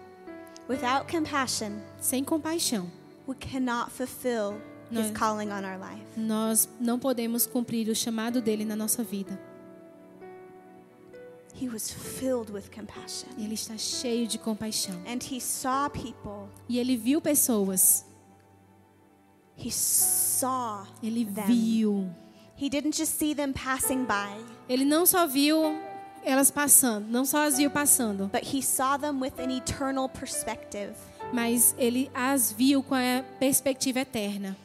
A: Without compassion,
B: Sem compaixão,
A: we cannot fulfill his
B: No.
A: calling on our life.
B: nós não podemos cumprir o chamado dele na nossa vida.
A: He was filled with compassion.
B: Ele está cheio de compaixão.
A: And he saw people.
B: E ele viu pessoas.
A: He saw
B: Ele
A: them.
B: viu.
A: He didn't just see them passing by,
B: Ele não só viu elas passando, não só as viu passando,
A: but he saw them with an eternal perspective.
B: mas ele as viu com a perspectiva eterna.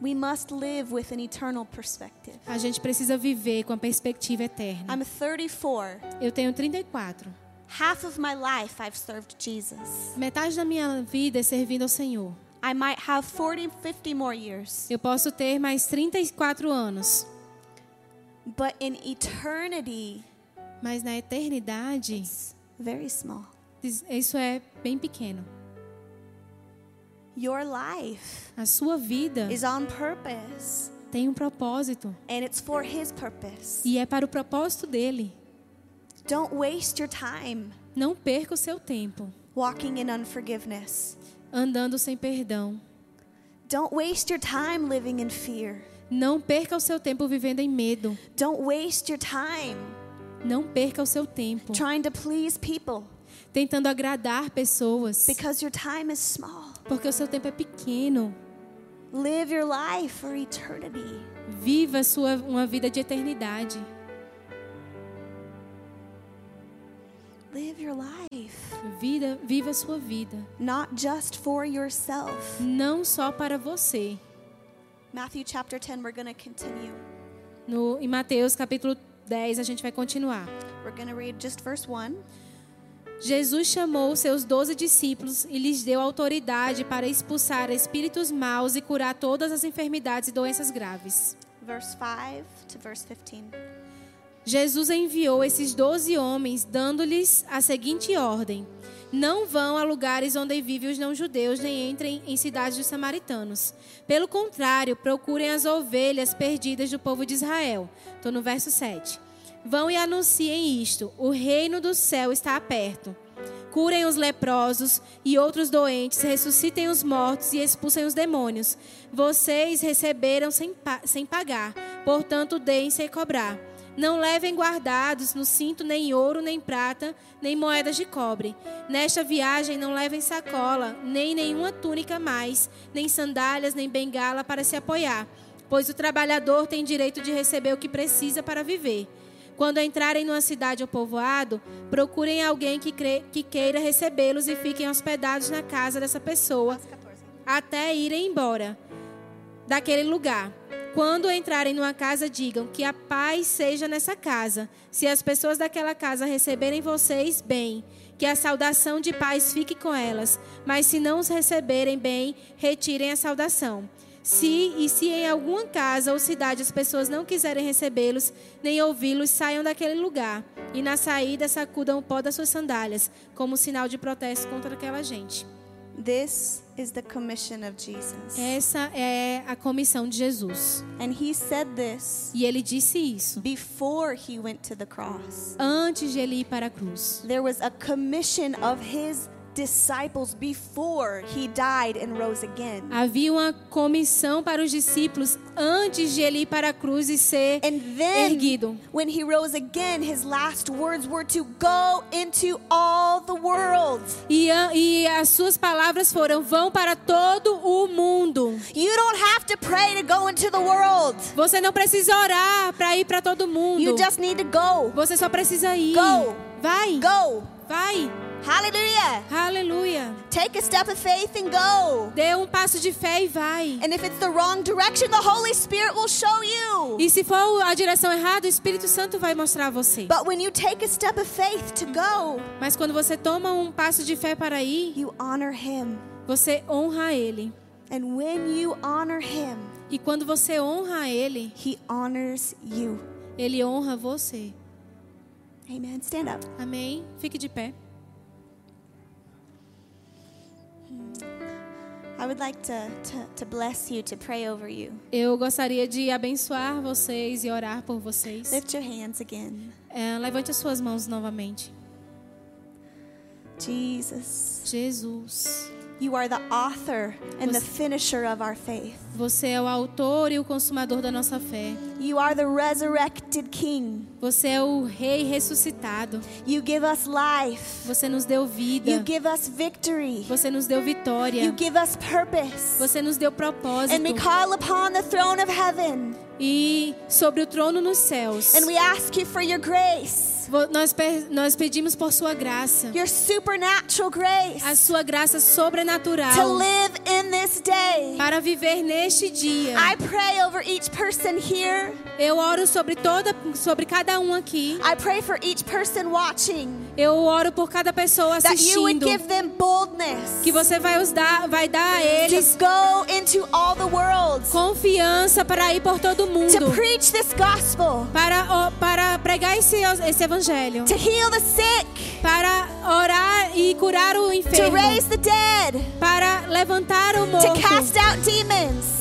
A: We must live with an eternal perspective.
B: A gente precisa viver com a perspectiva eterna.
A: I'm 34.
B: Eu tenho 34.
A: Half of my life I've served Jesus.
B: Metade da minha vida é servindo ao Senhor.
A: I might have 40, 50 more years.
B: Eu posso ter mais 34 anos,
A: But in eternity,
B: mas na eternidade,
A: it's very small.
B: isso é bem pequeno.
A: Your life
B: A sua vida
A: is on purpose,
B: tem um propósito
A: and it's for His purpose.
B: e é para o propósito dele.
A: Don't waste your time
B: Não perca o seu tempo
A: walking in unforgiveness.
B: andando sem perdão.
A: Don't waste your time living in fear.
B: Não perca o seu tempo vivendo em medo.
A: Don't waste your time
B: Não perca o seu tempo
A: trying to please people
B: tentando agradar pessoas,
A: because your time is small.
B: porque o seu tempo é pequeno.
A: Live your life for eternity.
B: Viva sua uma vida de eternidade.
C: Live your life,
B: Vida, viva a sua vida,
C: not just for yourself.
B: não só para você.
C: Matthew chapter 10, we're going to continue.
B: No, em Mateus capítulo 10, a gente vai continuar.
C: We're going to read just verse 1.
B: Jesus chamou seus doze discípulos e lhes deu autoridade para expulsar espíritos maus e curar todas as enfermidades e doenças graves.
C: verse 5 to verse 15.
B: Jesus enviou esses doze homens, dando-lhes a seguinte ordem: Não vão a lugares onde vivem os não-judeus, nem entrem em cidades dos samaritanos. Pelo contrário, procurem as ovelhas perdidas do povo de Israel. Estou no verso 7. Vão e anunciem isto: O reino do céu está perto. Curem os leprosos e outros doentes, ressuscitem os mortos e expulsem os demônios. Vocês receberam sem, pa- sem pagar, portanto, deem sem cobrar. Não levem guardados no cinto nem ouro, nem prata, nem moedas de cobre. Nesta viagem não levem sacola, nem nenhuma túnica mais, nem sandálias, nem bengala para se apoiar, pois o trabalhador tem direito de receber o que precisa para viver. Quando entrarem numa cidade ou povoado, procurem alguém que, cre- que queira recebê-los e fiquem hospedados na casa dessa pessoa até irem embora daquele lugar. Quando entrarem numa casa, digam que a paz seja nessa casa. Se as pessoas daquela casa receberem vocês, bem. Que a saudação de paz fique com elas. Mas se não os receberem bem, retirem a saudação. Se e se em alguma casa ou cidade as pessoas não quiserem recebê-los, nem ouvi-los, saiam daquele lugar. E na saída sacudam o pó das suas sandálias, como sinal de protesto contra aquela gente.
C: This is the commission of Jesus.
B: Essa é a comissão de Jesus.
C: And he said this
B: E ele disse isso
C: before he went to the cross.
B: antes de ele ir para a cruz.
C: There was a commission of his disciples before he died and rose again.
B: Havia uma comissão para os discípulos antes de ele ir para a cruz e ser
C: And then,
B: erguido.
C: when he rose again, his last words were to go into all the world.
B: E, a- e as suas palavras foram: vão para todo o mundo.
C: You don't have to pray to go into the world,
B: Você não precisa orar para ir para todo mundo.
C: you just need to go.
B: Você só precisa ir.
C: Go.
B: Vai,
C: Go.
B: vai.
C: Hallelujah.
B: Aleluia.
C: Take a step of faith and go.
B: Dê um passo de fé e vai.
C: And if it's the wrong direction, the Holy Spirit will show you.
B: E se for a direção errada, o Espírito Santo vai mostrar a você.
C: But when you take a step of faith to go,
B: Mas quando você toma um passo de fé para ir,
C: you honor Him.
B: você honra ele.
C: And when you honor Him,
B: E quando você honra ele,
C: He honors you.
B: ele honra você.
C: Amen. Stand up.
B: Amém? Fique de pé.
C: I would like to, to, to bless you, to pray over you.
B: Eu gostaria de abençoar vocês e orar por vocês.
C: Lift your hands again.
B: É, levante as suas mãos novamente.
C: Jesus,
B: Jesus,
C: you are the author and the
B: Você-
C: finisher of our faith.
B: você é o autor e o consumador da nossa fé.
C: You are the resurrected King.
B: Você é o rei ressuscitado.
C: You give us life.
B: Você nos deu
C: You
B: vida.
C: give us victory.
B: Você nos deu
C: You
B: vitória.
C: give us purpose.
B: Você nos deu
C: And we
B: propósito.
C: call upon the throne of heaven
B: E sobre o trono nos céus.
C: and we ask you for your grace,
B: Vo- Nós, pe- nós pedimos por sua graça.
C: your supernatural
B: A
C: grace
B: sua graça
C: to
B: sobrenatural.
C: live in this day.
B: para viver neste dia.
C: I pray over each person here.
B: Eu oro sobre toda sobre cada um aqui.
C: I pray for each person watching
B: Eu oro por cada pessoa
C: that you would
B: assistindo.
C: give them boldness
B: Que você vai os dar, vai dar a eles
C: to go into all the world,
B: confiança para ir por todo
C: to
B: mundo,
C: preach this gospel,
B: para o- para pregar esse esse evangelho,
C: to heal the sick,
B: para orar e curar o
C: to
B: enfermo,
C: raise the dead.
B: para levantar o
C: to
B: morto,
C: cast out demons,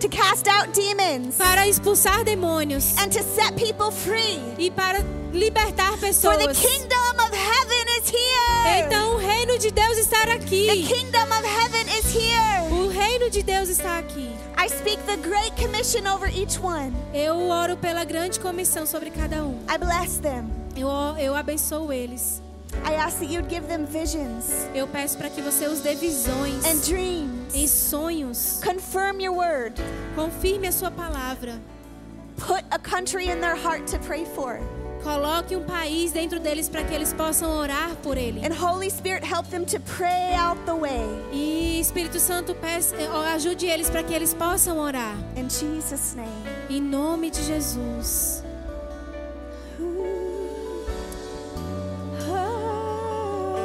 C: to cast out demons,
B: para expulsar demônios
C: and to set people free.
B: e para libertar
C: For the
B: pessoas.
C: kingdom of heaven is here.
B: Então o reino de Deus está
C: The
B: aqui.
C: kingdom of heaven is here.
B: O reino de Deus está aqui.
C: I speak the great commission over each one.
B: Eu oro pela grande comissão sobre cada um.
C: I bless them.
B: Eu, eu abençoo eles.
C: I ask that you'd give them visions
B: Eu peço para que você os dê visões
C: and dreams.
B: e sonhos.
C: Confirm your word.
B: Confirme a sua palavra.
C: Put a country in their heart to pray for.
B: Coloque um país dentro deles para que eles possam orar por ele.
C: And Holy Spirit, help them to pray out the way.
B: E Espírito Santo, peça, eh, ajude eles para que eles possam orar.
C: In Jesus' name.
B: Em nome de Jesus.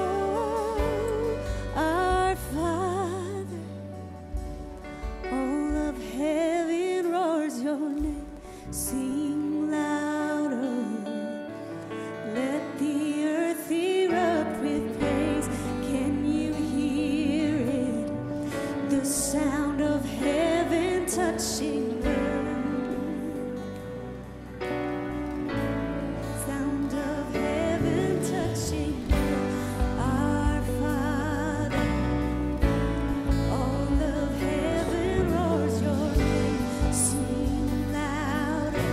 C: Oh, our Father, all of heaven roars your name. Sing louder. Let the earth erupt with praise. Can you hear it? The sound of heaven touching earth. Sound of heaven touching our Father. All of heaven roars your name. Sing louder.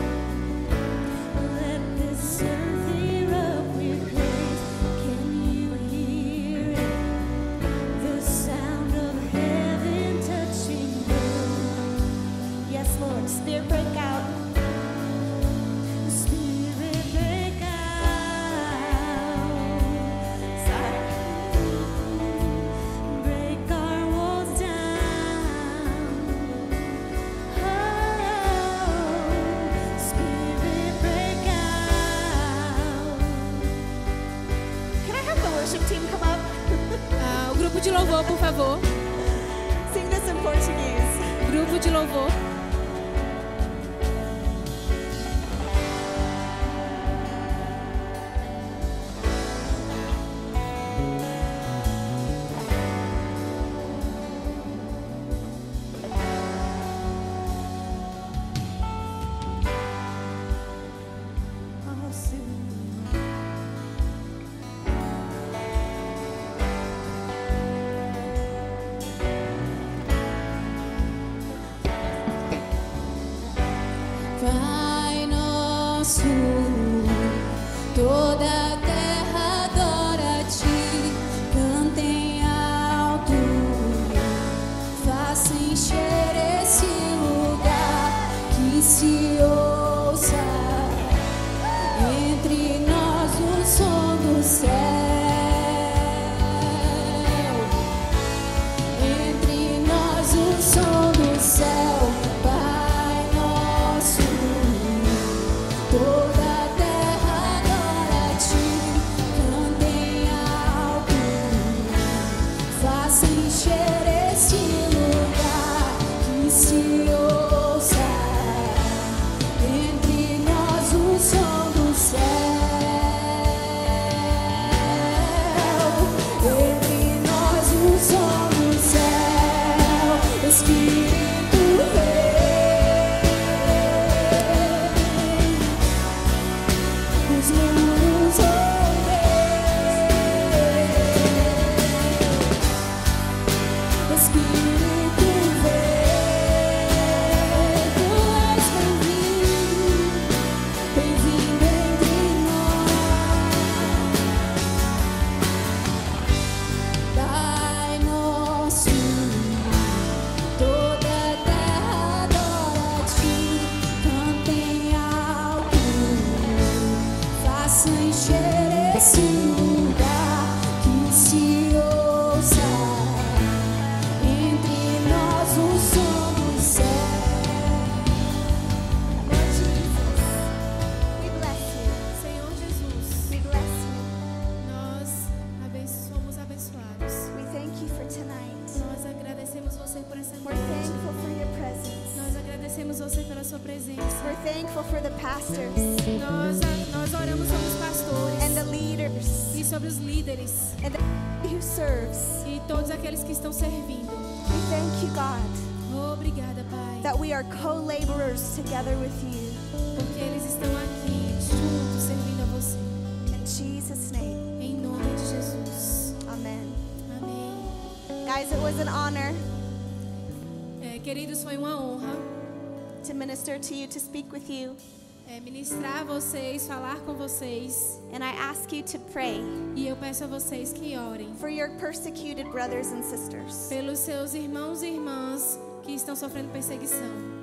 C: Let this earth erupt with praise. Can you hear it? The sound of heaven touching earth. Yes, Lord. Spirit break out. Spirit break out, break our walls down. Oh, Spirit break out. Can I have the worship team come up?
B: Ah, o grupo de louvor, por favor.
C: Sing this in Portuguese.
B: Grupo de louvor.
C: Oh, Senhor.
D: Pai nosso, toda a terra adora a ti. Cantem alto, faça encher esse lugar que se ouça entre nós o som do céu. Entre nós o som do céu, Pai nosso, toda a terra adora a ti, cantem alto, faça encher este lugar que se ouça, entre nós o som do céu. Entre nós o som do céu, Espírito vem, os mundos ouvem, Espírito vem, tu és bem-vindo, bem-vindo entre nós. Pai nosso, toda a terra adora a ti, cantem alto, faça encher esse lugar que se ouça entre nós o som do
C: Lord
D: céu.
C: Jesus, we bless you.
B: Senhor Jesus,
C: We bless you.
B: nós aben- somos abençoados.
C: We thank you for tonight.
B: Nós agradecemos você por essa
C: We're
B: noite.
C: thankful for your presence.
B: Nós agradecemos você pela sua presença.
C: We're thankful for the pastors
B: Nós, nós oramos sobre os pastores
C: and the leaders
B: e sobre os líderes
C: and the who serves.
B: e todos aqueles que estão servindo.
C: We thank you, God,
B: Obrigada, Pai,
C: that we are co-laborers together with you.
B: porque eles estão aqui juntos servindo a você.
C: In Jesus' name,
B: Em nome de Jesus.
C: Amen.
B: Amém.
C: Guys, it was an honor
B: É, queridos, foi uma honra
C: to minister to you, to speak with you,
B: é, ministrar vocês, falar com vocês.
C: and I ask you to pray
B: E eu peço a vocês que orem
C: for your persecuted brothers and sisters.
B: pelos seus irmãos e irmãs que estão sofrendo perseguição.